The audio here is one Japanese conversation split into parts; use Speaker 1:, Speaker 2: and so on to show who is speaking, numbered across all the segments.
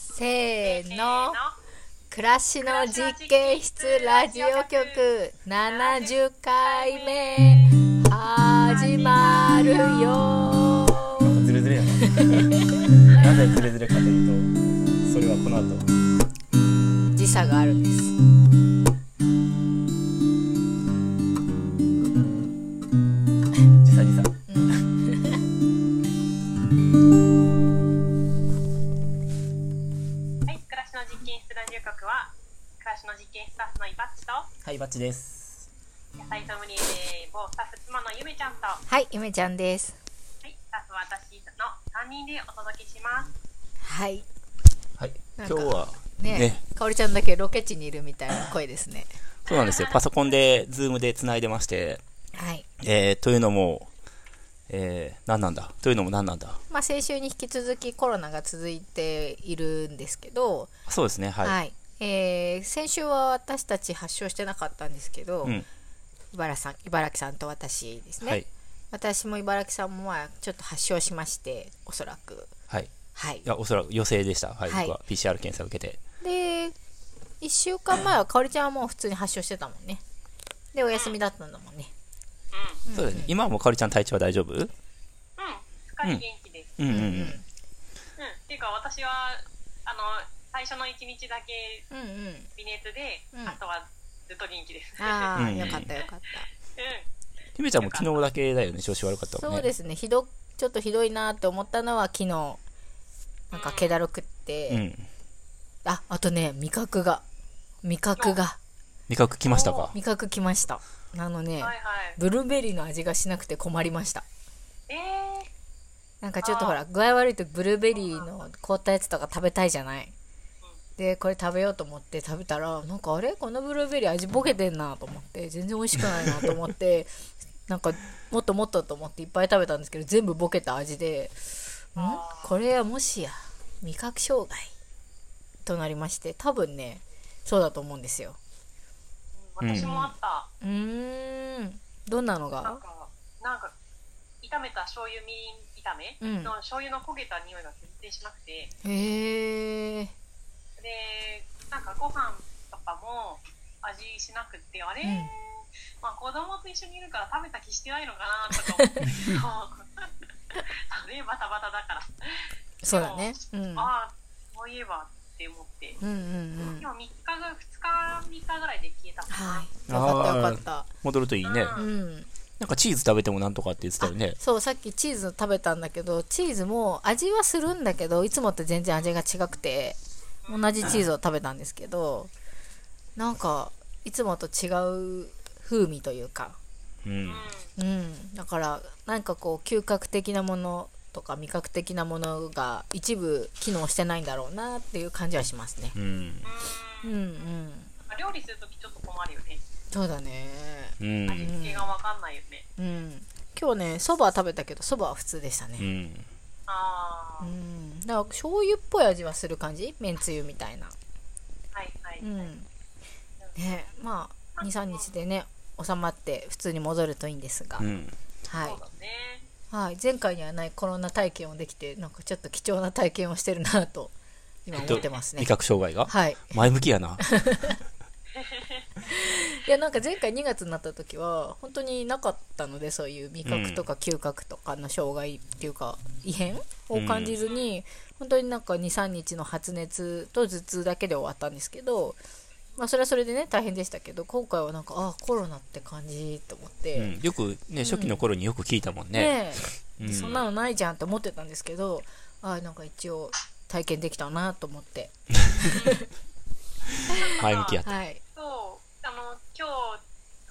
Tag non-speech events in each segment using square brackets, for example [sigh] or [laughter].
Speaker 1: せーの
Speaker 2: の
Speaker 1: 暮らしの実験室ラジオ局70回目始まるよ
Speaker 3: なんかズレズレ [laughs] やななぜズレズレかというとそれはこの後
Speaker 1: 時差があるんです
Speaker 3: 時差時差
Speaker 2: はい、暮らしの実験室ラジオ局は暮らしの実験室スタッフのイバッチと
Speaker 3: はいバッチです
Speaker 2: 野菜ソムリエで某スタッフ妻のゆめちゃんとは
Speaker 1: はいゆめちゃんです
Speaker 2: い、スタッフは私の3人でお届けします
Speaker 1: はい
Speaker 3: はい
Speaker 1: な
Speaker 3: 今
Speaker 1: ん
Speaker 3: 日
Speaker 1: か
Speaker 3: は
Speaker 1: ね
Speaker 3: ね
Speaker 1: かおりちゃんだけロケ地にいるみたいな声ですね
Speaker 3: そうなんですよパソコンでズームでつないでまして
Speaker 1: はい
Speaker 3: えー、というのもえー、何なんだというのも何なんだ
Speaker 1: まあ先週に引き続きコロナが続いているんですけど
Speaker 3: そうですねはい、
Speaker 1: はい、えー先週は私たち発症してなかったんですけど、
Speaker 3: うん
Speaker 1: 茨さん茨城さんと私ですね、
Speaker 3: はい
Speaker 1: 私も茨城さんもまあちょっと発症しましておそらく
Speaker 3: はいい
Speaker 1: はい
Speaker 3: やおそらく陽性でしたはい、
Speaker 1: はい
Speaker 3: 僕は PCR 検査を受けて
Speaker 1: で1週間前はかおりちゃんはもう普通に発症してたもんねでお休みだったんだもんね
Speaker 2: う
Speaker 3: そうだね今はもうかおりちゃん体調は大丈夫うん
Speaker 2: ん、うん、すっかり元気です
Speaker 3: うんうん
Speaker 2: うん、っていうか私はあの最初の1日だけ
Speaker 1: うんうん
Speaker 2: 微熱で、
Speaker 1: うん
Speaker 2: あとはずっと元気です
Speaker 1: ああ、
Speaker 3: うん
Speaker 1: よかったよかった
Speaker 2: うん、
Speaker 3: ゆめちゃんも昨日だけだよね調子悪かったもんね
Speaker 1: そうですねひどちょっとひどいなって思ったのは昨日なんか気だるくって、
Speaker 3: うん
Speaker 1: ああとね味覚が味覚が
Speaker 3: 味覚きましたか
Speaker 1: 味覚きましたあのね、
Speaker 2: はいはい
Speaker 1: ブルーベリーの味がしなくて困りました
Speaker 2: えー、
Speaker 1: なんかちょっとほら具合悪いとブルーベリーの凍ったやつとか食べたいじゃないでこれ食べようと思って食べたらなんかあれこのブルーベリー味ボケてんなと思って全然美味しくないなと思って [laughs] なんかもっともっとと思っていっぱい食べたんですけど全部ボケた味でんこれはもしや味覚障害となりまして多分ねそうだと思うんですよ
Speaker 2: うん私もあった、
Speaker 1: うーんどんなの
Speaker 2: なん
Speaker 1: が
Speaker 2: かなんか炒めた醤油みりん炒め
Speaker 1: うん
Speaker 2: の醤油の焦げた匂いが全然しなくて、
Speaker 1: へえ
Speaker 2: でなんかご飯とかも味しなくってあれ、
Speaker 1: うん
Speaker 2: まあ子供と一緒にいるから食べた気してないのかなとか思って [laughs] ねバタバタだから、
Speaker 1: そうだねうん
Speaker 2: ああそういえばって思って
Speaker 1: うんうんうん
Speaker 2: 今日3日ぐ2日3日ぐらいで消えたかな、
Speaker 1: はい。よかったよかった。
Speaker 3: 戻るといいね
Speaker 2: う
Speaker 1: うん。
Speaker 3: なんかチーズ食べてもなんとかって言ってたよね
Speaker 1: そう、さっきチーズ食べたんだけど、チーズも味はするんだけど、いつもと全然味が違くて、同じチーズを食べたんですけど、なんか、いつもと違う風味というか、
Speaker 3: うん
Speaker 2: うん
Speaker 1: うん。だから、なんかこう、嗅覚的なものとか味覚的なものが一部機能してないんだろうなっていう感じはしますね。
Speaker 3: うん
Speaker 1: う
Speaker 2: うんん
Speaker 1: うん。
Speaker 2: 料理するときちょっと困るよね
Speaker 1: そうだね。
Speaker 3: う
Speaker 2: 味
Speaker 3: ん
Speaker 2: 付けがわかんないよね、
Speaker 1: うん。今日ね、そば食べたけど、そばは普通でしたね。
Speaker 3: うん
Speaker 2: ああ、
Speaker 1: うん、だから醤油っぽい味はする感じめんつゆみたいな
Speaker 2: はいはい、
Speaker 1: うんねまあ23日でね収まって普通に戻るといいんですが、
Speaker 3: うん
Speaker 1: は
Speaker 2: そ
Speaker 1: いう
Speaker 2: だね
Speaker 1: はい、前回にはないコロナ体験をできてなんかちょっと貴重な体験をしてるなと今思ってますね、
Speaker 3: 味覚障害が
Speaker 1: はい
Speaker 3: 前向きやな
Speaker 1: いやなんか前回2月になった時は本当になかったのでそういう味覚とか嗅覚とかの障害っていうか異変を感じずに、本当になんか23日の発熱と頭痛だけで終わったんですけど、まあ、それはそれでね大変でしたけど今回はなんかああコロナって感じと思って、
Speaker 3: うんよくね初期の頃によく聞いたもんね
Speaker 1: ね
Speaker 3: う
Speaker 1: え、
Speaker 3: ん
Speaker 1: そんなのないじゃんと思ってたんですけどああなんか一応体験できたなと思って
Speaker 3: 前向きやった
Speaker 1: はい、
Speaker 2: そうあの今日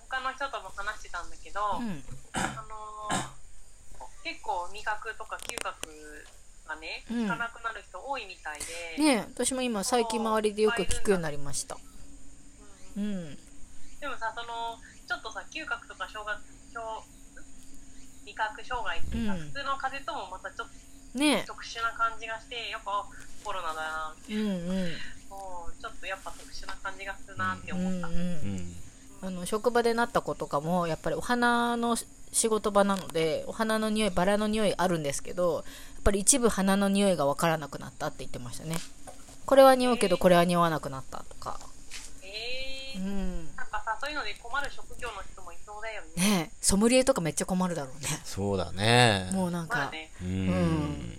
Speaker 2: 他の人とも話してたんだけど、
Speaker 1: うん、
Speaker 2: あの結構味覚とか嗅覚がね
Speaker 1: うん
Speaker 2: 効かなくなる人多いみたいで、
Speaker 1: ねえ私も今最近周りでよく聞くようになりました
Speaker 2: うん
Speaker 1: うん
Speaker 2: でもさそのちょっとさ嗅覚とか障害障味覚障害っていうか、
Speaker 1: うん
Speaker 2: 普通の風邪ともまたちょっ
Speaker 1: ね
Speaker 2: と特殊な感じがしてやっぱコロナだな
Speaker 1: えうんうん
Speaker 2: もうちょっとやっぱ特殊な感じがするなって
Speaker 1: うん
Speaker 2: 思った、
Speaker 3: う
Speaker 1: うん、
Speaker 3: ん
Speaker 1: あの職場でなった子とかもやっぱりお花の仕事場なのでお花の匂いバラの匂いあるんですけどやっぱり一部花の匂いが分からなくなったって言ってましたねこれは匂うけどこれは匂わなくなったとか
Speaker 2: え
Speaker 1: う
Speaker 2: ー、
Speaker 1: ん
Speaker 2: なんかさそういうので困る職業の人もいそうだよね
Speaker 1: ねえソムリエとかめっちゃ困るだろうね
Speaker 4: そうだね。
Speaker 1: もうなん
Speaker 2: まあ
Speaker 1: か
Speaker 2: ね
Speaker 4: う
Speaker 1: うん
Speaker 4: ん。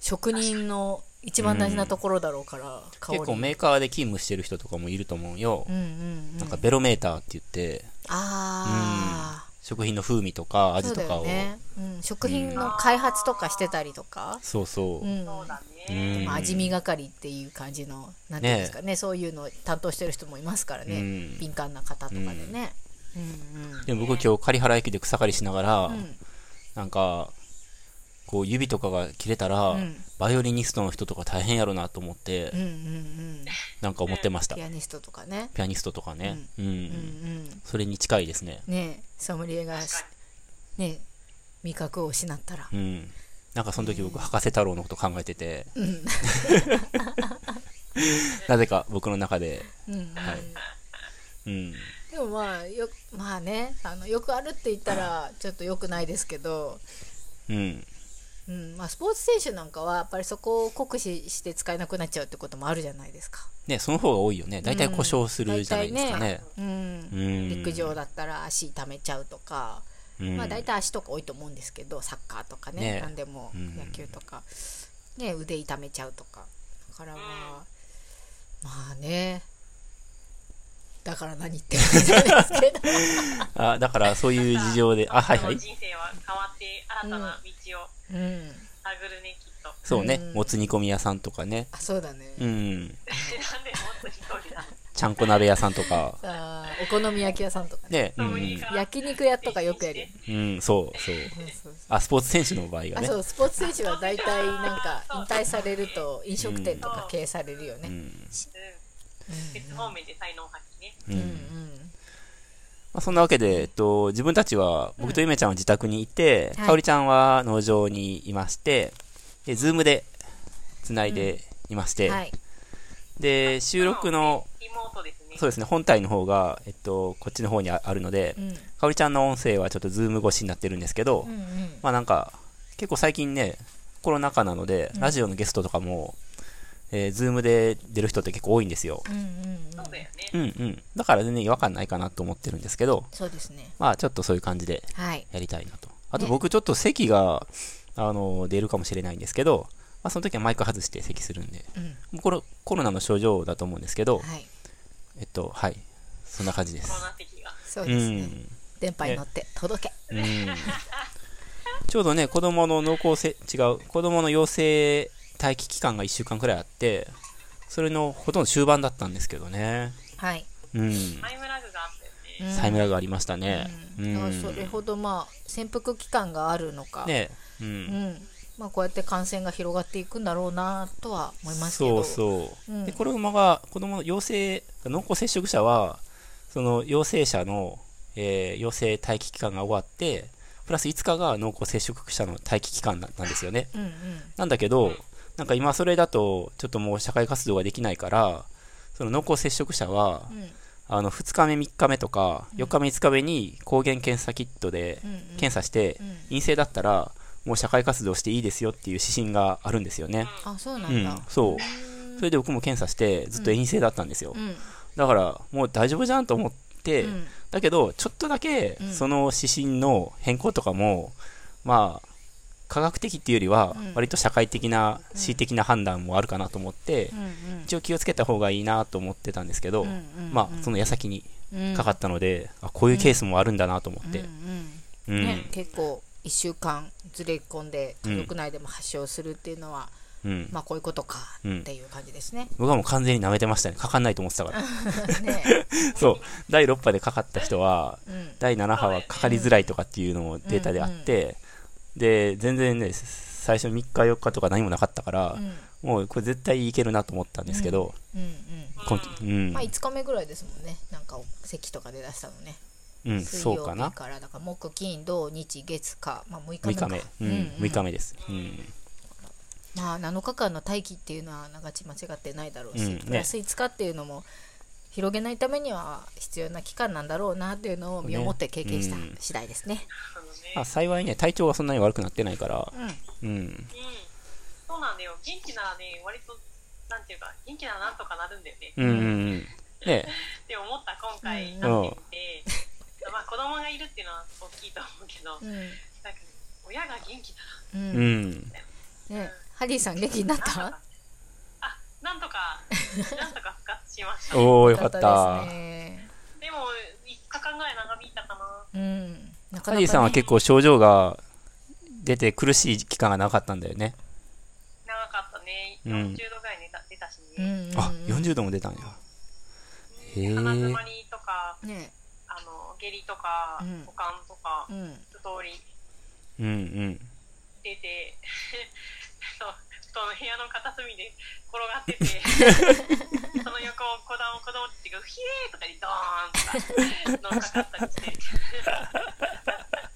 Speaker 1: 職人の一番大事なところだろうから香り
Speaker 4: 結構メーカーで勤務してる人とかもいると思うよ
Speaker 1: う。んうんうん
Speaker 4: なんかベロメーターって言って、
Speaker 1: ああ
Speaker 4: 食品の風味とか味
Speaker 1: そう
Speaker 4: と
Speaker 1: だ
Speaker 4: か
Speaker 1: よ
Speaker 4: を。
Speaker 1: ね、うん、食品の開発とかしてたりとか、
Speaker 4: そうそうう。
Speaker 1: ん
Speaker 2: そうだね、
Speaker 4: うん
Speaker 1: まあ、味見係っていう感じのなんていうんですかねそういうのを担当してる人もいますからね、
Speaker 4: うん
Speaker 1: 敏感な方とかでね、うんうん
Speaker 4: でも僕今日刈原駅で草刈りしながら、
Speaker 1: うん
Speaker 4: なんか、こう指とかが切れたら、
Speaker 1: うん
Speaker 4: バイオリニストの人とか大変やろなと思って、
Speaker 1: うんうんうん
Speaker 4: なんか思ってました。
Speaker 1: ピアニストとかね
Speaker 4: ピアニストとかね。うん。
Speaker 1: うんうん
Speaker 4: それに近いですね。
Speaker 1: ねえソムリエが
Speaker 2: 確
Speaker 1: し
Speaker 2: か
Speaker 1: ねえ味覚を失ったら
Speaker 4: うん。なんかその時僕、博士太郎のこと考えてて、
Speaker 1: うん
Speaker 4: なぜか僕の中で、
Speaker 1: うんうん
Speaker 4: はい。うん。
Speaker 1: でもまあよまあねあのよくあるって言ったらちょっとよくないですけど、
Speaker 4: うん。
Speaker 1: うんまあ、スポーツ選手なんかはやっぱりそこを酷使して使えなくなっちゃうってこともあるじゃないですか。
Speaker 4: ね、その方が多いよね。大体故障するじゃないですか
Speaker 1: うん大
Speaker 4: ね
Speaker 1: 体。うん
Speaker 4: うん
Speaker 1: 陸上だったら足痛めちゃうとか、
Speaker 4: うん
Speaker 1: まあ大体足とか多いと思うんですけどサッカーとかね
Speaker 4: ね
Speaker 1: 何でも
Speaker 4: うん
Speaker 1: 野球とか、ね、腕痛めちゃうとかだからまあ、まあねだから何言ってるんですけど
Speaker 4: あ、だからそういう事情
Speaker 1: [laughs]
Speaker 4: で、あ、はいは
Speaker 2: その
Speaker 4: い。
Speaker 2: 人生は変わって新たな道を
Speaker 4: [laughs]
Speaker 1: うん
Speaker 2: 探るね、きっと
Speaker 4: そうね
Speaker 1: うん。
Speaker 4: もつ煮込み屋さんとかね。
Speaker 1: あそうだね、
Speaker 4: うん。
Speaker 2: なんでもっと一人なの
Speaker 4: ちゃんこ鍋屋さんとか。
Speaker 1: あーお好み焼き屋さんとかね
Speaker 4: ね、う
Speaker 2: そういうんか
Speaker 1: 焼肉屋とかよくやるよ
Speaker 4: うん。うん、そう、そう。
Speaker 1: そうそうそう
Speaker 4: あ、スポーツ選手の場合が
Speaker 1: あ
Speaker 4: ね。
Speaker 1: そうスポーツ選手は大体なんか引退されると飲食店とか経営されるよね、
Speaker 4: うん。
Speaker 2: うん別方面で才能発揮ね
Speaker 4: う
Speaker 1: うん
Speaker 4: ん。まあ、そんなわけで、えっと、自分たちは、僕とゆめちゃんは自宅にいて、
Speaker 1: はい
Speaker 4: かおりちゃんは農場にいまして、で、ズームで繋いでいまし
Speaker 1: う
Speaker 4: て、
Speaker 1: んはい
Speaker 4: で、収録の、
Speaker 2: リモートですね
Speaker 4: そうですね、本体の方が、えっと、こっちの方にああるので
Speaker 1: う、ん
Speaker 4: かおりちゃんの音声はちょっとズーム越しになってるんですけど、
Speaker 1: うんうん
Speaker 4: まあなんか、結構最近ね、コロナ禍なので、ラジオのゲストとかも、えー、ズームで出る人って結構多いんですよ。
Speaker 1: うんうんうん
Speaker 2: そうだよね
Speaker 4: うんうん。だから全然違和感ないかなと思ってるんですけど、
Speaker 1: そうですね
Speaker 4: まあちょっとそういう感じで
Speaker 1: はい
Speaker 4: やりたいなと。あと
Speaker 1: ね
Speaker 4: 僕ちょっと席が、あの、出るかもしれないんですけど、まあその時はマイク外して席するんで、
Speaker 1: うん
Speaker 4: コロコロナの症状だと思うんですけど、
Speaker 1: はい
Speaker 4: えっと、はい。そんな感じで
Speaker 2: コロ
Speaker 4: す。
Speaker 2: ナ席が
Speaker 1: そう
Speaker 4: う
Speaker 1: ですね、
Speaker 4: ん。
Speaker 1: 電波に乗って届け
Speaker 4: うん。 [laughs] ちょうどね、子供の濃厚せ、違う、子供の陽性待機期間が1週間くらいあって、それのほとんど終盤だったんですけどね。
Speaker 1: はい、
Speaker 4: うん。
Speaker 2: タイムラグがあったよね
Speaker 1: うん
Speaker 4: タイムラグありましたね。う
Speaker 1: だから
Speaker 4: ん。
Speaker 1: それほどまあ潜伏期間があるのか、
Speaker 4: ね、う。
Speaker 1: うんんまあ、こうやって感染が広がっていくんだろうなとは思いますけ
Speaker 4: そ
Speaker 1: ど
Speaker 4: うそう。
Speaker 1: うん
Speaker 4: で、子供が、子供の陽性、濃厚接触者は、その陽性者の、えー陽性待機期間が終わって、プラス5日が濃厚接触者の待機期間ななんですよね。
Speaker 1: うんうん
Speaker 4: なんだけど、なんか今それだと、ちょっともう社会活動ができないから、その濃厚接触者は、
Speaker 1: うん
Speaker 4: あの、2日目、3日目とか、4日目、5日目に抗原検査キットで
Speaker 1: うんうん
Speaker 4: 検査して
Speaker 1: うん、
Speaker 4: 陰性だったら、もう社会活動していいですよっていう指針があるんですよね。
Speaker 1: あそうな
Speaker 4: うんん
Speaker 1: だ、、
Speaker 4: そう。それで僕も検査して、ずっと陰性だったんですよ
Speaker 1: う。ん
Speaker 4: だから、もう大丈夫じゃんと思って、
Speaker 1: うん
Speaker 4: だけど、ちょっとだけ
Speaker 1: うん、
Speaker 4: その指針の変更とかも、まあ、科学的っていうよりは
Speaker 1: うん、
Speaker 4: 割と社会的な、恣意的な判断もあるかなと思って
Speaker 1: う、んうん
Speaker 4: 一応気をつけた方がいいなと思ってたんですけど、
Speaker 1: うんうんうん
Speaker 4: まあ、その矢先に
Speaker 1: うん
Speaker 4: かかったので、あこういうケースもあるんだなと思って
Speaker 1: うんう、ん
Speaker 4: うん、
Speaker 1: ね、結構1週間ずれ込んで家族内でも発症するっていうのは、
Speaker 4: うん
Speaker 1: まあこういうことかっていう感じです
Speaker 4: [laughs]
Speaker 1: ね。
Speaker 4: 僕はもう完全に舐めてましたね。かかんないと思ってたから。
Speaker 1: ね
Speaker 4: そう。第6波でかかった人は、
Speaker 1: うん
Speaker 4: [laughs] 第7波はかかりづらいとかっていうのもデータであって、で、全然ね、最初3日4日とか何もなかったから
Speaker 1: う、ん
Speaker 4: もうこれ絶対いけるなと思ったんですけど、
Speaker 1: うんうん
Speaker 4: 今季うん
Speaker 1: まあ5日目ぐらいですもんねなんか咳とか出だしたのね
Speaker 4: うん、
Speaker 1: 水
Speaker 4: そう
Speaker 1: 曜
Speaker 4: か
Speaker 1: 日
Speaker 4: な。
Speaker 1: からだから木金土日月火、まあ、6日目
Speaker 4: 6
Speaker 1: か
Speaker 4: 日目。う
Speaker 1: うん
Speaker 4: ん、
Speaker 1: うん
Speaker 4: 6日目です。うん。
Speaker 1: まあ7日間の待機っていうのはあながち間違ってないだろうし、
Speaker 4: うんね
Speaker 1: プラス5日っていうのも広げないためには必要な期間なんだろうなっていうのを身をもって経験した
Speaker 4: ねうん
Speaker 1: 次第ですね。
Speaker 2: そうね
Speaker 4: まあ、幸いね、体調はそんなに悪くなってないから、
Speaker 1: うん
Speaker 4: うん。
Speaker 2: うんそうなんだよ現地ならね割となんていうか、元気ならなんとかなるんだよね。
Speaker 4: うんうんうん。ね
Speaker 2: って思った今回
Speaker 1: うん
Speaker 2: なってみて、まあ子供がいるっていうのは大きいと思うけど、なんか親が元気な
Speaker 1: う。
Speaker 4: うんん。
Speaker 1: ねハリーさん元気になっ
Speaker 2: ら
Speaker 1: た
Speaker 2: なんとか、あ、なんとか、なんとか復活しました。
Speaker 4: おおよかった。
Speaker 1: ですね。
Speaker 2: でも、5日間ぐらい長引いたかな。
Speaker 1: うん。なか
Speaker 4: カ
Speaker 1: なか
Speaker 4: リー
Speaker 1: ね
Speaker 4: さんは結構症状が出て苦しい期間がなかったんだよね。
Speaker 2: 長かったね。
Speaker 4: うん
Speaker 2: 40度ぐらい寝た出たし
Speaker 1: うんうん
Speaker 2: ね。
Speaker 1: うん
Speaker 4: あ、40度も出たんや。へえ
Speaker 2: 鼻づまりとか、
Speaker 1: ね
Speaker 2: あの、下痢とか
Speaker 1: うん、
Speaker 2: 股間とか
Speaker 1: う、ん。
Speaker 2: 一通り
Speaker 4: うんうん。
Speaker 2: 出て、 [laughs] そう布団の部屋の片隅で転がって
Speaker 1: [laughs]
Speaker 2: て、その横を子供、子供ってが、ひえーとかにドーンとか乗っかかったりして、
Speaker 4: [laughs]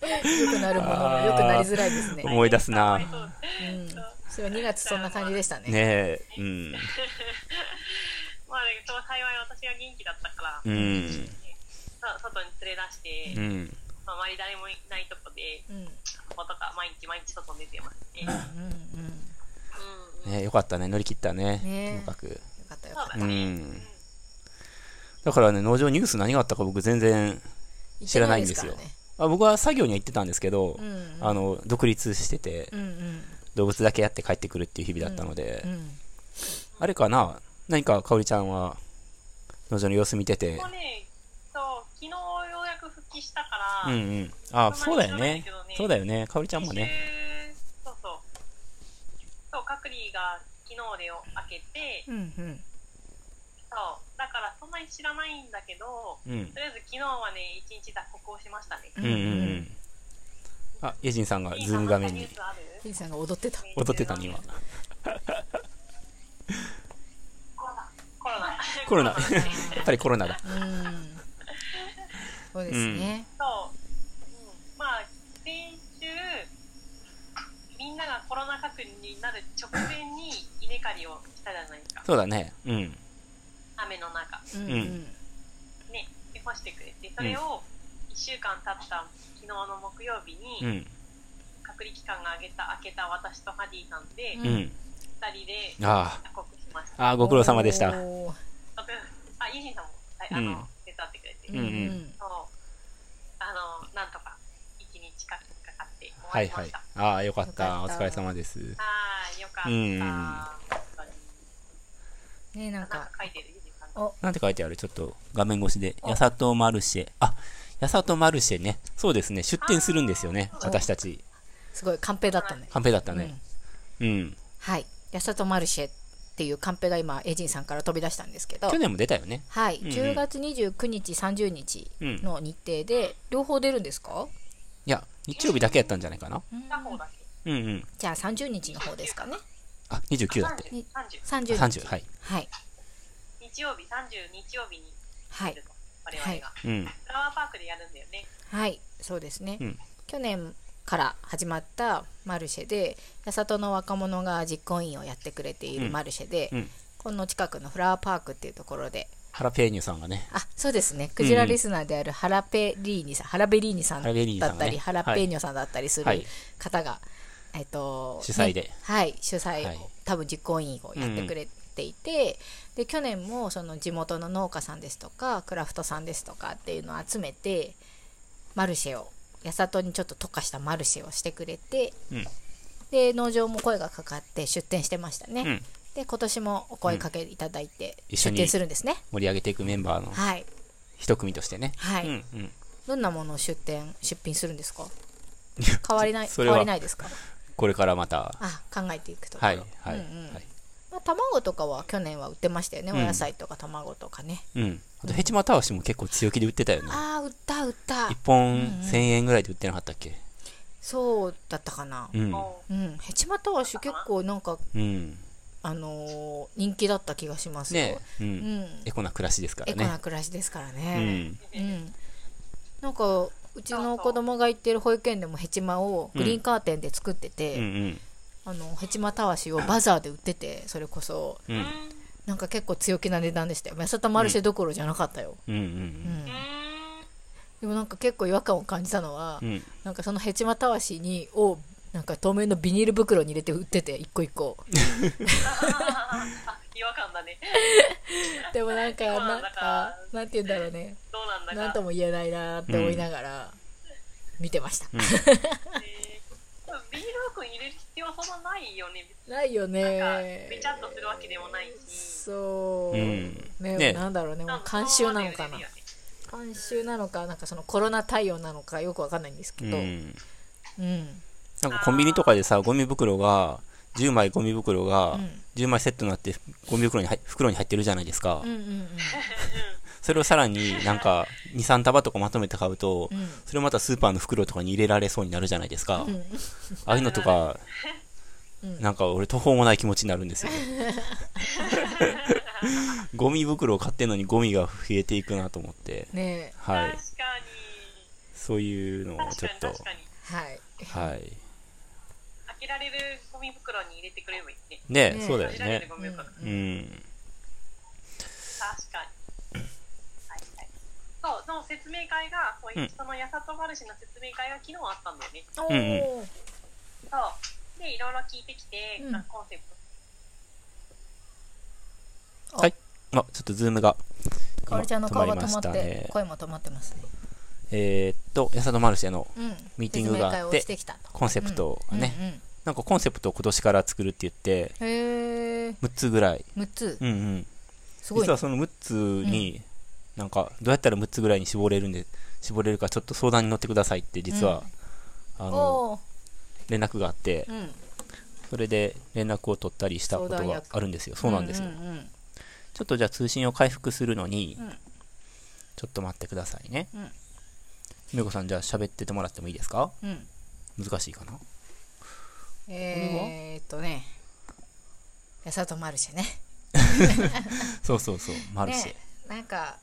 Speaker 1: 良くなるものも良くなりづらいですね。
Speaker 4: 思い出すな。
Speaker 2: そう
Speaker 1: うん。それは2月そんな感じでしたね。
Speaker 4: ねえ、うん。
Speaker 2: まあ、でも幸い私が元気だったから、
Speaker 4: うん。
Speaker 2: さ外に連れ出して、
Speaker 4: うん。
Speaker 2: まあ、周り誰もいないとこで、
Speaker 1: うん。うん
Speaker 2: こことか毎日毎日外に出てますね。
Speaker 1: うん。
Speaker 2: うんうん
Speaker 4: ねえよかったね。乗り切ったね。
Speaker 1: ねえ
Speaker 4: とにかく。
Speaker 1: よかったよ
Speaker 2: そ
Speaker 1: か
Speaker 2: う
Speaker 1: った。
Speaker 2: だ
Speaker 4: う
Speaker 2: ね。
Speaker 4: ん。だからね、農場ニュース何があったか僕全然、知らないんですよ
Speaker 1: 行って
Speaker 4: あ僕は作業には行ってたんですけど、
Speaker 1: ないですから
Speaker 4: あ
Speaker 1: ね
Speaker 4: の、独立してて、
Speaker 1: うんうん。
Speaker 4: 動物だけやって帰ってくるっていう日々だったので、
Speaker 1: うんうん。
Speaker 4: あれかな何かかおりちゃんは、農場の様子見てて
Speaker 2: もう。ね、そう、昨日ようやく復帰したか
Speaker 4: う
Speaker 2: ら、
Speaker 4: んうん。あ、そうだよね。そうだよね。かおりちゃんも
Speaker 2: 先週
Speaker 4: ね。
Speaker 2: そうそう。そう、隔離が昨日で開けて、
Speaker 1: うんうん。
Speaker 2: そう、だからそんなに知らないんだけど、
Speaker 4: うん。
Speaker 2: とりあえず昨日はね、一日脱穀をしましたね。
Speaker 4: うんうんうん。あ、エジンさんがズーム画面
Speaker 2: いい
Speaker 4: に
Speaker 2: 話ニュースある
Speaker 1: ピンさんが踊ってた。
Speaker 4: 踊ってたね、今。
Speaker 2: コロナ。コロナ。
Speaker 4: コロナ。や [laughs]
Speaker 2: そう、
Speaker 4: っぱりコロナだ。
Speaker 1: うん。そうですね。
Speaker 2: うん、まあ、先週、みんながコロナ確認になる直前に稲刈りをしたじゃないですか。
Speaker 4: そうだね。うん。
Speaker 2: 雨の中。
Speaker 1: うんんうん。
Speaker 2: ね、で干してくれて、それを1週間経った昨日の木曜日
Speaker 4: う
Speaker 2: に、
Speaker 4: ん。
Speaker 2: 隔離期間が明けた明けた私とハディさんで、
Speaker 1: う
Speaker 2: 2
Speaker 1: ん
Speaker 4: うん。
Speaker 2: 人で
Speaker 4: あ
Speaker 2: 脱穀しました。
Speaker 4: あ。ああ、ご苦労様でした。
Speaker 1: おー
Speaker 2: あ、イージンさんもはいあ
Speaker 4: う
Speaker 2: の、
Speaker 4: ん
Speaker 2: 手伝ってくれて、
Speaker 1: うん
Speaker 4: う
Speaker 1: うんん。
Speaker 2: そうあのなんとか1日かかかって終わ
Speaker 4: はい
Speaker 2: りま
Speaker 4: は
Speaker 2: し
Speaker 4: い
Speaker 2: た。。
Speaker 4: ああ、よかった。
Speaker 1: よ
Speaker 4: お
Speaker 1: かった
Speaker 4: 疲れ様です。
Speaker 2: はい、よかった。
Speaker 4: うん
Speaker 2: 本当に
Speaker 1: ねえ、な
Speaker 2: なんんか
Speaker 1: か、
Speaker 2: 書いてるユージさん
Speaker 1: お
Speaker 4: なんて書いてあるちょっと画面越しで。やさとマルシェ。あ、やさとマルシェね。そうですね。出店するんですよね。私たち。
Speaker 1: すごいカンペだったね。
Speaker 4: カンペだった
Speaker 1: うん
Speaker 4: ね。うん。
Speaker 1: はい。やさとマルシェっていうカンペが今、エイジンさんから飛び出したんですけど
Speaker 4: 去、年も出たよね。
Speaker 1: はい。
Speaker 4: うんうん
Speaker 1: 10月29日、30日
Speaker 4: うん
Speaker 1: の日程で、両方出るんですか
Speaker 4: いや、日曜日だけやったんじゃないかな。
Speaker 2: が方だけ。
Speaker 4: うんうん。
Speaker 1: じゃあ30日の方ですかね。
Speaker 4: あ、29だって。
Speaker 2: 30 30
Speaker 1: 30
Speaker 4: あ
Speaker 1: 日。
Speaker 4: 30、はい。
Speaker 1: はい。
Speaker 2: 日曜日、30日曜日に
Speaker 1: は
Speaker 2: 出
Speaker 1: い
Speaker 2: る。と、我々
Speaker 1: は
Speaker 2: が。
Speaker 4: うん。
Speaker 2: フラワーパークでやるんだよね。
Speaker 1: はい、そうですね、
Speaker 4: うん
Speaker 1: 去年から始まったマルシェで八里の若者が実行委員をやってくれているマルシェで、
Speaker 4: うんうん
Speaker 1: この近くのフラワーパークっていうところで
Speaker 4: ハラペーニュさんがね。
Speaker 1: あそうですねクジラリスナーであるハラペリーニさん、ハラベリーニさん
Speaker 4: ハラベリーニさん
Speaker 1: だったり、
Speaker 4: ね
Speaker 1: ハラペーニョさんだったりす
Speaker 4: は
Speaker 1: る
Speaker 4: い
Speaker 1: 方が、えっと
Speaker 4: 主催で
Speaker 1: ねはい主催、
Speaker 4: はい
Speaker 1: 多分実行委員をやってくれていて、で去年もその地元の農家さんですとかクラフトさんですとかっていうのを集めてマルシェを八里にちょっと特化したマルシェをしてくれて
Speaker 4: うん。
Speaker 1: で農場も声がかかって出店してましたね、
Speaker 4: うん。
Speaker 1: で今年もお声かけいただいて
Speaker 4: 一
Speaker 1: 出
Speaker 4: 緒に
Speaker 1: 店するんですね、
Speaker 4: 盛り上げていくメンバーの
Speaker 1: はい
Speaker 4: 一組としてね。
Speaker 1: はい
Speaker 4: うんうん。
Speaker 1: どんなものを出店出品するんですか変わりない
Speaker 4: そ
Speaker 1: 変
Speaker 4: れは
Speaker 1: わりないですか
Speaker 4: これからまた。
Speaker 1: あ考えていくところ
Speaker 4: はい。はい。
Speaker 1: うんうん
Speaker 4: はい
Speaker 1: まあ、卵とかは去年は売ってましたよね、
Speaker 4: うん
Speaker 1: お野菜とか卵とかね
Speaker 4: うん。あと、ヘチマタワシも結構強気で売ってたよね。
Speaker 1: ああ売った売った
Speaker 4: 一本1000円ぐらいで売ってなかったっけ
Speaker 1: そうだったかな
Speaker 4: うん。
Speaker 2: も
Speaker 1: うん、ヘチマタワシ結構なんか
Speaker 4: うん。
Speaker 1: あのー人気だった気がしますよ
Speaker 4: ねう。
Speaker 1: うんん
Speaker 4: エコな暮らしですから
Speaker 1: エコな
Speaker 4: ね。
Speaker 1: 暮らしですから
Speaker 4: う
Speaker 1: ね
Speaker 4: ん。
Speaker 2: う
Speaker 1: うん、なんかうちの子供が行ってる保育園でもヘチマをグリーンカーテンで作ってて、
Speaker 4: うんうん。
Speaker 1: あのヘチマたわしをバザーで売っててそれこそ
Speaker 4: うん。うん
Speaker 1: なんか結構強気な値段でしたよ安田マルシェどころじゃなかったよ、
Speaker 4: うんう
Speaker 1: うん
Speaker 4: ん。
Speaker 1: でもなんか結構違和感を感じたのは、
Speaker 4: うん。
Speaker 1: なんかそのヘチマたわしにをなんか透明のビニール袋に入れて売ってて一個一個
Speaker 2: あ、い違和感だね。
Speaker 1: でもなんか
Speaker 2: そう
Speaker 1: な
Speaker 2: なんん
Speaker 1: か
Speaker 2: だ
Speaker 1: なんて言うんだろうね
Speaker 2: どうなんだか。
Speaker 1: なんとも言えないなーって思いながら見てました、
Speaker 2: えービール君入れる必要はそんなないよね。
Speaker 1: ないよ
Speaker 2: なん
Speaker 1: ね
Speaker 2: か
Speaker 1: ー、
Speaker 2: べちゃっとするわけでもないし。
Speaker 1: そう、
Speaker 4: うん
Speaker 1: ね
Speaker 4: ね
Speaker 1: なんだろうねもう
Speaker 2: なん
Speaker 1: 慣
Speaker 2: か
Speaker 1: 習なのかな
Speaker 2: そのままで入れるよね
Speaker 1: 慣習なのかなんかそのコロナ対応なのかよくわかんないんです
Speaker 4: う
Speaker 1: けど、うん
Speaker 4: ん。なんかコンビニとかでさ、ゴミ袋が、10枚ゴミ袋が
Speaker 1: うん
Speaker 4: 10枚セットになってゴミ袋に入袋に入ってるじゃないですか
Speaker 1: うんう、んうん
Speaker 4: それをさらになんか23束とかまとめて買うと、
Speaker 1: うん
Speaker 4: それをまたスーパーの袋とかに入れられそうになるじゃないですか、
Speaker 1: ん
Speaker 4: ああいうのと
Speaker 1: う
Speaker 4: か、
Speaker 1: ん
Speaker 4: なんか俺途方もない気持ちになるんで
Speaker 1: [laughs]
Speaker 4: すよゴミ袋を買ってんのにゴミが増えていくなと思って
Speaker 1: ねえ
Speaker 4: はい
Speaker 2: 確かに。
Speaker 4: そういうのを
Speaker 2: 確
Speaker 4: ち
Speaker 2: か
Speaker 4: ょ
Speaker 2: に
Speaker 4: っと
Speaker 2: 確かに。
Speaker 1: はい
Speaker 4: はい
Speaker 2: 開けられるゴミ袋に入れてくれればいいね。
Speaker 4: ね
Speaker 1: ね
Speaker 4: そうだよ
Speaker 2: 開けられる
Speaker 4: ね
Speaker 2: ゴミ袋。
Speaker 4: うん
Speaker 2: 確かに。はいはい。そう、その説明会が、そううんその八里丸氏の説明会が昨日あったんだよね。
Speaker 1: お
Speaker 4: うんうん
Speaker 1: ー
Speaker 2: そう。で、いろいろ聞いてきて、
Speaker 1: うん
Speaker 2: コンセプト。
Speaker 4: はいあちょっとズームが
Speaker 1: かおりちゃんの顔が止まっ
Speaker 4: 止まりました
Speaker 1: て
Speaker 4: ね
Speaker 1: 声も止まってますね
Speaker 4: えー、っとやさとマルシェの
Speaker 1: うん
Speaker 4: ミーティングがあっ
Speaker 1: 説
Speaker 4: て
Speaker 1: 明会をしてきたと
Speaker 4: コンセプトがね、
Speaker 1: うんうん
Speaker 4: なんかコンセプトを今年から作るって言って
Speaker 1: うんへえ
Speaker 4: 6つぐらい
Speaker 1: 6つ
Speaker 4: うんうん
Speaker 1: すごい
Speaker 4: 実
Speaker 1: ね
Speaker 4: はその6つに、なんかどうやったら6つぐらいに絞れるんで絞れるかちょっと相談に乗ってくださいって実は、あの
Speaker 1: おー
Speaker 4: 連絡があって
Speaker 1: うん
Speaker 4: それで連絡を取ったりしたこと
Speaker 1: 相談
Speaker 4: が
Speaker 1: 役
Speaker 4: あるんですよそうなんですよ、
Speaker 1: うんうん
Speaker 4: ちょっとじゃあ通信を回復するのに、
Speaker 1: うん
Speaker 4: ちょっと待ってくださいね
Speaker 1: うん
Speaker 4: めこさんじゃあ喋っててもらってもいいですか
Speaker 1: うんうん
Speaker 4: 難しいかな
Speaker 1: えーっとねやさとマルシェね
Speaker 4: そうそうそうマルシェ、
Speaker 1: ねなんか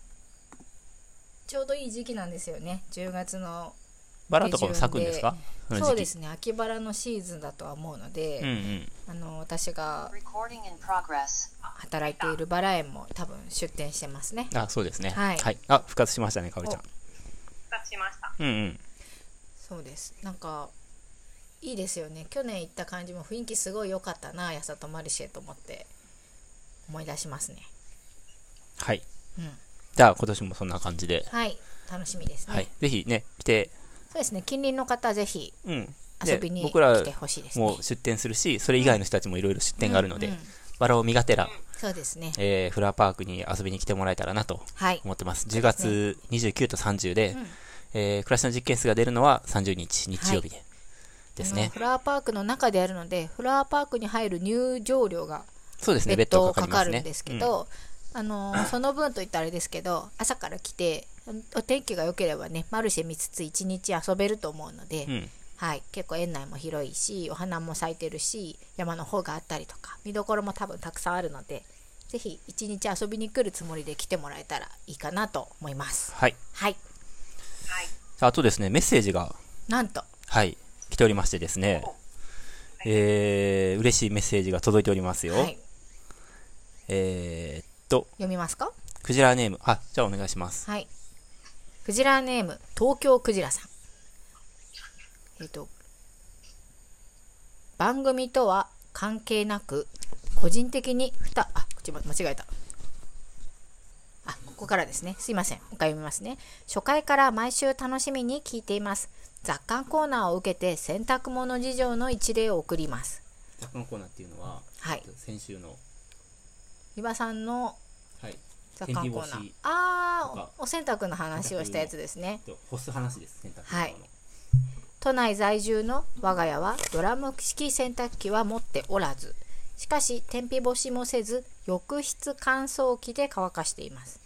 Speaker 1: ちょうどいい時期なんですよね10月の
Speaker 4: バラとかも咲くんですかの時期
Speaker 1: そうですね秋バラのシーズンだとは思うので、
Speaker 4: うんうん
Speaker 1: あの私が
Speaker 5: Recording in progress.
Speaker 1: 働いているバラ園も多分出店してますね
Speaker 4: あそうですね
Speaker 1: はい
Speaker 4: あ復活しましたねかおりちゃん
Speaker 2: 復活しました。
Speaker 4: うんうん
Speaker 1: そうですなんかいいですよね去年行った感じも雰囲気すごい良かったなやさとマルシェと思って思い出しますね
Speaker 4: はい、
Speaker 1: うん
Speaker 4: じゃあ今年もそんな感じで、
Speaker 1: はい楽しみですね、
Speaker 4: はい、ぜひね来て、
Speaker 1: そうですね近隣の方はぜひ
Speaker 4: うん、で
Speaker 1: 遊びに
Speaker 4: 僕ら
Speaker 1: 来てほしいですね
Speaker 4: も出店するしそれ以外の人たちもいろいろ出店があるので、
Speaker 1: うんうん
Speaker 4: バラを身がてら、
Speaker 1: そうですね
Speaker 4: えーフラワーパークに遊びに来てもらえたらなと
Speaker 1: はい
Speaker 4: 思ってます10月29と30で、
Speaker 1: うん
Speaker 4: えー暮らしの実験室が出るのは30日日曜日で、です
Speaker 1: あ
Speaker 4: ね
Speaker 1: のフラワーパークの中でやるのでフラワーパークに入る入場料が
Speaker 4: そうですね
Speaker 1: 別
Speaker 4: 別途
Speaker 1: 途
Speaker 4: か
Speaker 1: か
Speaker 4: かりま
Speaker 1: か
Speaker 4: す
Speaker 1: る
Speaker 4: ね
Speaker 1: んですけ、ど、あのーその分といったらあれですけど朝から来てお天気が良ければねマルシェ見つつ一日遊べると思うので、
Speaker 4: うんうん
Speaker 1: はい、結構園内も広いしお花も咲いてるし山の方があったりとか見どころも多分たくさんあるのでぜひ一日遊びに来るつもりで来てもらえたらいいかなと思います。
Speaker 4: はい
Speaker 1: はい、
Speaker 2: はい。
Speaker 4: あとですねメッセージが
Speaker 1: なんと
Speaker 4: はい来ておりましてですね
Speaker 2: お
Speaker 4: えー、嬉しいメッセージが届いておりますよ、
Speaker 1: はい、
Speaker 4: えー、っと
Speaker 1: 読みますか
Speaker 4: クジラネーム。あ、じゃあお願いします。
Speaker 1: はい。クジラネーム、東京クジラさん。えっ、と、番組とは関係なく、個人的にふた、あ、こっちま間違えた。あ、ここからですね。すいません。もう一回読みますね。初回から毎週楽しみに聞いています。雑感コーナーを受けて洗濯物事情の一例を送ります。
Speaker 4: このコーナーっていうのは、
Speaker 1: はい。
Speaker 4: 先週の、
Speaker 1: ゆばさんの
Speaker 4: はい、
Speaker 1: 雑感コーナ
Speaker 4: 天
Speaker 1: ー
Speaker 4: 日干し。
Speaker 1: あ
Speaker 4: と
Speaker 1: ー
Speaker 4: か、
Speaker 1: おお洗濯の話をしたやつですね。
Speaker 4: と干す話です、洗濯
Speaker 1: 物のはい都内在住の我が家はドラム式洗濯機は持っておらずしかし天日干しもせず浴室乾燥機で乾かしています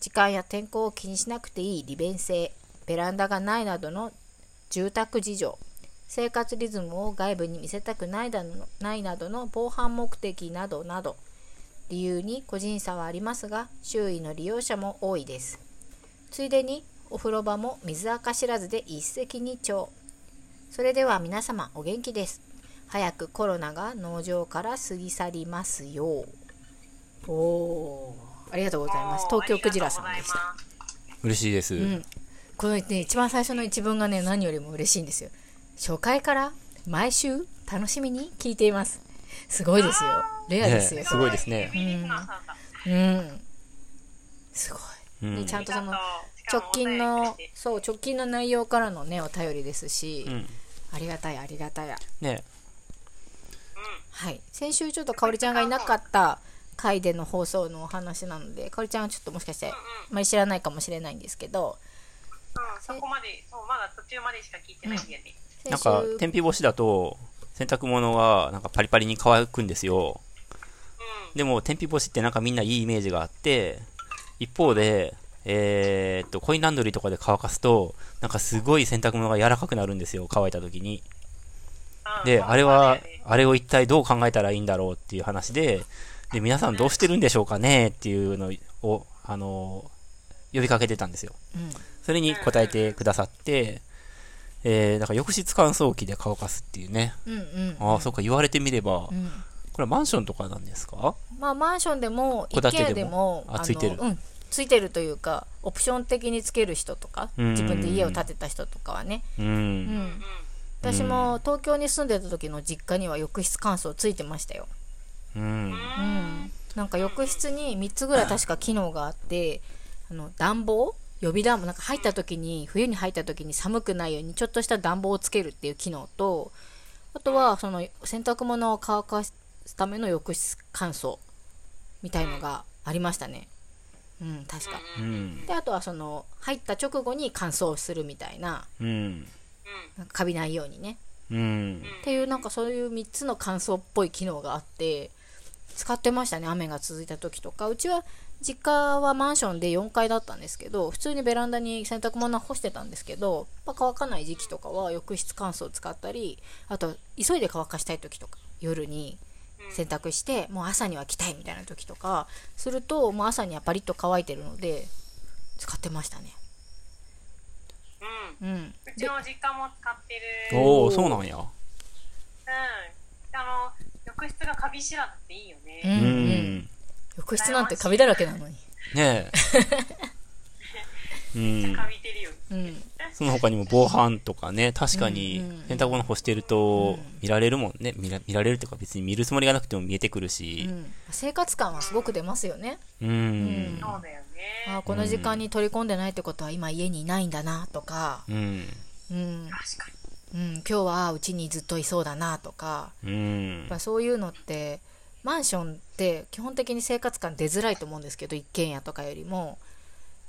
Speaker 1: 時間や天候を気にしなくていい利便性ベランダがないなどの住宅事情生活リズムを外部に見せたくないだのないなどの防犯目的などなど理由に個人差はありますが周囲の利用者も多いですついでにお風呂場も水垢知らずで一石二鳥それでは皆様お元気です早くコロナが農場から過ぎ去りますようおおーありがとうございます東京クジラさんでした
Speaker 2: ありがとうございます
Speaker 4: 嬉しいです。
Speaker 1: うん、この、ね、一番最初の一文がね何よりも嬉しいんですよ初回から毎週楽しみに聞いていますすごいですよレアですよ
Speaker 4: ね。すごいですね。
Speaker 2: リスナーさんだ。
Speaker 1: うん。すごい。
Speaker 4: うん
Speaker 1: でちゃんとその
Speaker 2: しか
Speaker 1: 直
Speaker 2: も
Speaker 1: 近
Speaker 2: お便
Speaker 1: の
Speaker 2: りして
Speaker 1: そう直近の内容からのねお便りですし、
Speaker 4: うん
Speaker 1: ありがたいありがたい
Speaker 4: ね
Speaker 2: うん。
Speaker 1: はい先週ちょっとかおりちゃんがいなかった回での放送のお話なのでかおりちゃんはちょっともしかしてあまり知らないかもしれないんですけど
Speaker 2: うん、そこまで、そう、まだ途中までしか聞いてないんだよね。
Speaker 1: 先
Speaker 4: なん
Speaker 1: 週
Speaker 4: か天日干しだと洗濯物がなんかパリパリに乾くんですよ
Speaker 2: う
Speaker 4: でも天日干しってなんかみんないいイメージがあって一方でえーっとコインランドリーとかで乾かすとなんかすごい洗濯物が柔らかくなるんですよ乾いた時に
Speaker 2: ん。う
Speaker 4: で
Speaker 2: ん
Speaker 4: あれは
Speaker 2: そうだよね
Speaker 4: あれを一体どう考えたらいいんだろうっていう話でで皆さんどうしてるんでしょうかねっていうのをあの呼びかけてたんですよ
Speaker 1: うん
Speaker 4: それに答えてくださって、えー、だから浴室乾燥機で乾かすっていうね。
Speaker 1: うんうん
Speaker 4: ああ、そっか、言われてみれば、
Speaker 1: うん
Speaker 4: これはマンションとかなんですか
Speaker 1: まあマンションでも一
Speaker 4: 戸建てでも
Speaker 1: 軒でも
Speaker 4: あ
Speaker 1: の
Speaker 4: ついてる
Speaker 1: うんついてるというかオプション的につける人とか
Speaker 4: うん
Speaker 1: 自分で家を建てた人とかはね
Speaker 4: う。
Speaker 1: うんん
Speaker 2: うん。
Speaker 1: 私も東京に住んでた時の実家には浴室乾燥ついてましたよ
Speaker 4: うん。
Speaker 1: うん、なんか浴室に3つぐらい確か機能があってあの暖房予備暖房なんか入った時に冬に入った時に寒くないようにちょっとした暖房をつけるっていう機能とあとはその洗濯物を乾かすための浴室乾燥みたいのがありましたねうん確か
Speaker 4: うん。
Speaker 1: であとはその入った直後に乾燥するみたいな
Speaker 4: うん。
Speaker 1: なんかカビないようにね
Speaker 4: うん。
Speaker 1: っていうなんかそういう3つの乾燥っぽい機能があって使ってましたね雨が続いた時とかうちは実家はマンションで4階だったんですけど普通にベランダに洗濯物は干してたんですけどやっぱ乾かない時期とかは浴室乾燥を使ったりあと急いで乾かしたい時とか夜に洗濯してもう朝には着たいみたいな時とかするともう朝にはパリッと乾いてるので使ってましたね
Speaker 2: うん。
Speaker 1: うん
Speaker 2: うち
Speaker 1: で
Speaker 2: の実家も使ってる。うん。
Speaker 4: おお、そうなんや。
Speaker 2: あの、浴室がカビ知らずっていいよ
Speaker 1: うん
Speaker 2: ね。
Speaker 4: う
Speaker 1: うん
Speaker 4: ん。
Speaker 1: 浴室なんてカビだらけなのに
Speaker 4: ねえ。うん。
Speaker 2: カビてるよ。
Speaker 1: うん
Speaker 4: その他にも防犯とかね、確かに
Speaker 1: うんうん
Speaker 4: 洗濯物干してると見られるもんね。見ら見られるというか別に見るつもりがなくても見えてくるし
Speaker 1: う。ん、生活感はすごく出ますよね、
Speaker 4: うん。
Speaker 2: そうだよね。
Speaker 1: あーこの時間に取り込んでないってことは今家にいないんだなとか、
Speaker 4: うん。
Speaker 1: うん
Speaker 2: 確かに。
Speaker 1: うん、今日はうちにずっといそうだなとか
Speaker 4: うん
Speaker 1: やっ。ぱそういうのってマンションって基本的に生活感出づらいと思うんですけど一軒家とかよりも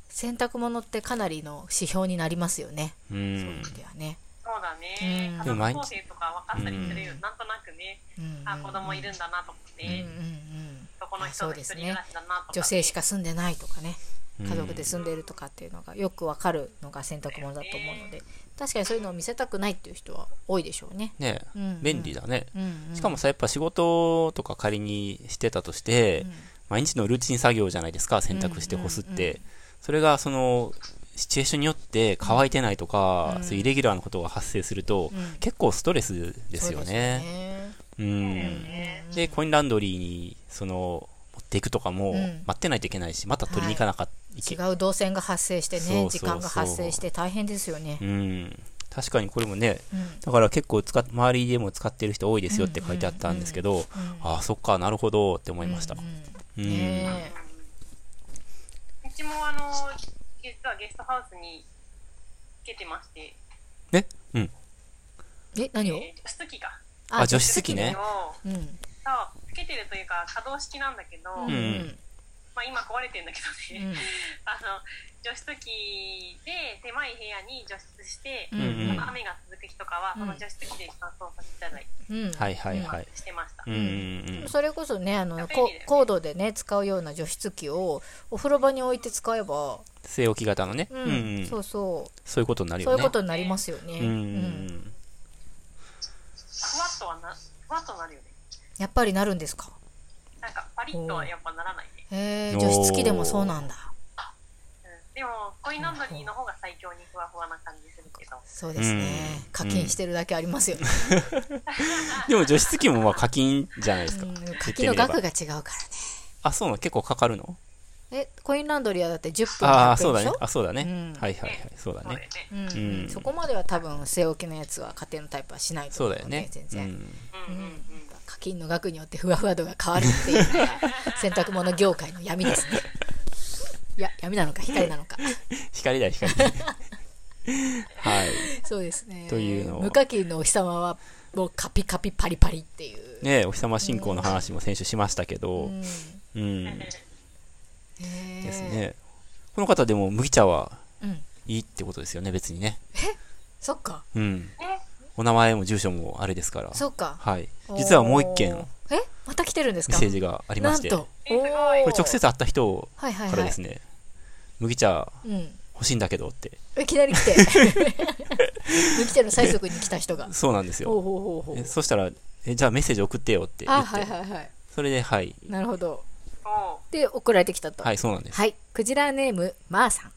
Speaker 1: 洗濯物ってかなりの指標になりますよね、
Speaker 4: う
Speaker 1: そういうん意。味ではね、
Speaker 2: そうだね。
Speaker 1: うん
Speaker 2: 家族構成とか分かったりするよ。なんとなくね。
Speaker 1: うん
Speaker 2: あ、子供いるんだなとか
Speaker 1: う
Speaker 2: ね
Speaker 1: ん。うんうん、
Speaker 2: そこの人が一人暮らしだなとか。
Speaker 1: 女性しか住んでないとかね
Speaker 4: うん
Speaker 1: 家族で住んでるとかっていうのがよくわかるのが洗濯物だと思うので確かにそういうのを見せたくないっていう人は多いでしょうね。
Speaker 4: ね
Speaker 1: う
Speaker 4: え
Speaker 1: んうん
Speaker 4: 便利だね。
Speaker 1: うんうん
Speaker 4: しかもさ、やっぱ仕事とか仮にしてたとして、毎日のルーチン作業じゃないですか、洗濯して干すって。それが、その、シチュエーションによって乾いてないとか、
Speaker 1: うん
Speaker 4: そういうイレギュラーなことが発生すると、
Speaker 1: うん
Speaker 4: 結構ストレスですよね。う
Speaker 2: うん
Speaker 4: ん。
Speaker 2: ね
Speaker 4: で、コインランドリーに、その、持っていくとかも、
Speaker 1: うん
Speaker 4: 待ってないといけないし、また取りに行かなかった、
Speaker 1: そう
Speaker 4: い
Speaker 1: です
Speaker 4: け
Speaker 1: ね違う動線が発生してね
Speaker 4: そうそうそう
Speaker 1: 時間が発生して大変ですよね
Speaker 4: う。ん。確かにこれもね、
Speaker 1: うん
Speaker 4: だから結構使っ、周りでも使ってる人多いですよって書いてあったんですけど、ああ、そっか、なるほどって思いました。
Speaker 1: う
Speaker 4: うんん。
Speaker 1: ね
Speaker 2: うちもあの、実はゲストハウスにつけてまして。
Speaker 4: ねうん。
Speaker 1: ええ何を
Speaker 2: えー除湿機か。
Speaker 4: あ除湿機ね
Speaker 2: を
Speaker 1: うん
Speaker 2: そう、つけてるというか、可動式なんだけど、
Speaker 1: うん
Speaker 2: まあ今壊れてんだけどね、
Speaker 1: うん
Speaker 2: あの、除湿機で狭い部屋に除湿して、
Speaker 1: うんうん
Speaker 4: うん
Speaker 2: 雨が続く日とかは、その除湿機で乾燥させたり
Speaker 1: うん
Speaker 4: はいはいはい。
Speaker 2: してました。
Speaker 4: うんうん
Speaker 1: それこそねあの
Speaker 2: 便利だよ
Speaker 1: こ
Speaker 2: ね
Speaker 1: コードでね使うような除湿機をお風呂場に置いて使えば、
Speaker 4: 据え置き型のね。
Speaker 1: うん
Speaker 4: うんうん
Speaker 1: そ
Speaker 4: そう
Speaker 1: そう
Speaker 4: ういうことになるよ
Speaker 1: そ
Speaker 4: ね。
Speaker 1: ういうことになりますよね、
Speaker 4: うんう
Speaker 1: うん
Speaker 4: ん
Speaker 2: ふわっとはな、ふわっとなるよね。
Speaker 1: やっぱりなるんですか
Speaker 2: なんかパリッとはやっぱならないね。
Speaker 1: へえ
Speaker 4: おー
Speaker 1: 除湿機でもそうなんだ
Speaker 2: うん、でも、コインランドリーの方が最強にふわふわな感じするけど。
Speaker 1: そうですね、
Speaker 4: うん
Speaker 1: 課金してるだけありますよね、
Speaker 4: うん。でも除湿機もまあ課金じゃないですか。
Speaker 1: うん
Speaker 4: 言って
Speaker 1: 課
Speaker 4: み
Speaker 1: 金の
Speaker 4: れば
Speaker 1: 額が違うからね
Speaker 4: あ、そうなの結構かかるの
Speaker 1: えコインランドリーはだって10分
Speaker 4: あ
Speaker 1: 100
Speaker 4: あ、そ
Speaker 1: 円
Speaker 4: う
Speaker 1: で
Speaker 4: だ
Speaker 1: し
Speaker 4: ね
Speaker 1: ょ。
Speaker 4: あ、そうだ
Speaker 1: うん
Speaker 4: ね。はいはいはい。そうだ
Speaker 2: そうだよ
Speaker 4: ね
Speaker 2: ね。。
Speaker 1: うん
Speaker 4: うん
Speaker 1: そこまでは多分据え置きのやつは家庭のタイプはしないと
Speaker 4: そう
Speaker 1: 思う
Speaker 4: だ
Speaker 1: の
Speaker 4: よ
Speaker 1: で全
Speaker 4: ね。う
Speaker 1: 然、
Speaker 4: ん。
Speaker 2: うんうんうん。
Speaker 1: 課課金の額によってふわふわ度が変わるっていう [laughs] のが洗濯物業界の闇です
Speaker 4: [laughs]
Speaker 1: ねいや闇なのか光なのか
Speaker 4: 光だよ光はい
Speaker 1: そうですね
Speaker 4: というのを
Speaker 1: 無課金のお日様はもうカピカピパリパリっていう、
Speaker 4: ねえお日様信仰の話も先週しましたけど
Speaker 1: うん
Speaker 4: うん
Speaker 1: ね
Speaker 4: ですねこの方でも麦茶は
Speaker 1: うん
Speaker 4: いいってことですよね別にね
Speaker 1: そっか
Speaker 4: うん
Speaker 2: え
Speaker 4: お名前も住所もあれですから
Speaker 1: そっか
Speaker 4: はい実はもう一件
Speaker 1: おーえまた来てるんです
Speaker 4: メ
Speaker 1: か
Speaker 4: ッセージがありまして
Speaker 1: なん
Speaker 4: こと
Speaker 2: えすご
Speaker 1: お
Speaker 2: い
Speaker 1: ー
Speaker 2: こ
Speaker 4: れ直接会った人
Speaker 1: はいはい
Speaker 4: か
Speaker 1: は
Speaker 4: ら
Speaker 1: い
Speaker 4: ですね麦茶
Speaker 1: うん
Speaker 4: 欲しいんだけどって
Speaker 1: いきなり来
Speaker 4: [laughs]
Speaker 1: て麦茶の最速に来た人が
Speaker 4: そうなんです
Speaker 1: ほう
Speaker 4: よ
Speaker 1: ほうほうほう
Speaker 4: えそしたらえじゃあメッセージ送ってよって言
Speaker 1: あ
Speaker 4: っ
Speaker 1: はい
Speaker 4: て
Speaker 1: はいはい
Speaker 4: それではい
Speaker 1: なるほど
Speaker 2: おう
Speaker 1: で送られてきたと
Speaker 4: はいそうなんです
Speaker 1: はい、クジラネームまーさん、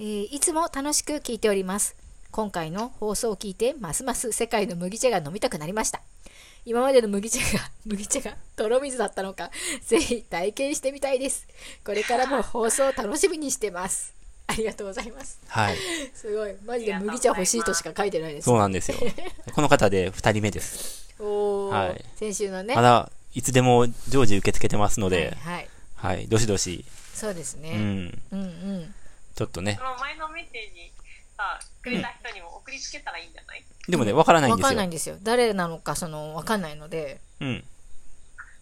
Speaker 1: えーいつも楽しく聞いております今回の放送を聞いてますます世界の麦茶が飲みたくなりました今までの麦茶が [laughs] 麦茶が泥水だったのかぜひ体験してみたいですこれからも放送を楽しみにしてますありがとうございます
Speaker 4: はい
Speaker 1: すごいマジで麦茶欲しいとしか書いてないです
Speaker 4: そうなんですよこの方で2人目です
Speaker 1: おー、
Speaker 4: はい
Speaker 1: 先週のね
Speaker 4: まだいつでも常時受け付けてますので
Speaker 1: はい、はい、
Speaker 4: はいどしどし
Speaker 1: そうです
Speaker 4: う
Speaker 1: ね、
Speaker 4: ん
Speaker 1: うん、うん
Speaker 4: ちょっとね
Speaker 2: その前のメッセージさくれた人にも送りつけたらいいんじゃない、
Speaker 4: でもねわからないん
Speaker 1: わ
Speaker 4: で
Speaker 1: か
Speaker 4: す
Speaker 1: んないん
Speaker 4: よ
Speaker 1: ですよ誰なのかそのわかんないので
Speaker 4: うん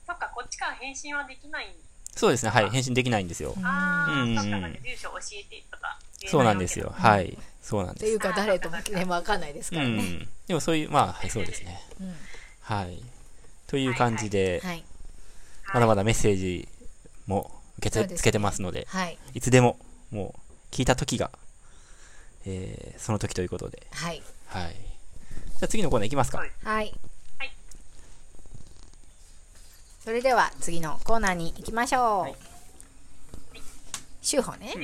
Speaker 2: そっかこっちから返信はできないん
Speaker 4: そうですねはい返信できないんですよ
Speaker 2: あー、
Speaker 4: うんうん
Speaker 2: そっかなんか住所教えてとか言えいわけだ
Speaker 4: そうなんですよはいそうなん
Speaker 1: って
Speaker 4: で
Speaker 1: い
Speaker 4: す
Speaker 1: うか誰ともね分かんないです
Speaker 4: う
Speaker 1: からね、
Speaker 4: んでもそういうまあはいそうですね
Speaker 1: うん
Speaker 4: はいという感じで
Speaker 1: はい
Speaker 4: まだまだメッセージも受け
Speaker 1: そう
Speaker 4: て
Speaker 1: ですね
Speaker 4: つけてますので、
Speaker 1: はい
Speaker 4: いつでも、もう、聞いた時が、えー、その時ということで。
Speaker 1: はい
Speaker 4: はい。じゃあ次のコーナーいきますか。
Speaker 2: はい
Speaker 1: はい
Speaker 2: はい
Speaker 1: それでは次のコーナーに行きましょう、週報ね、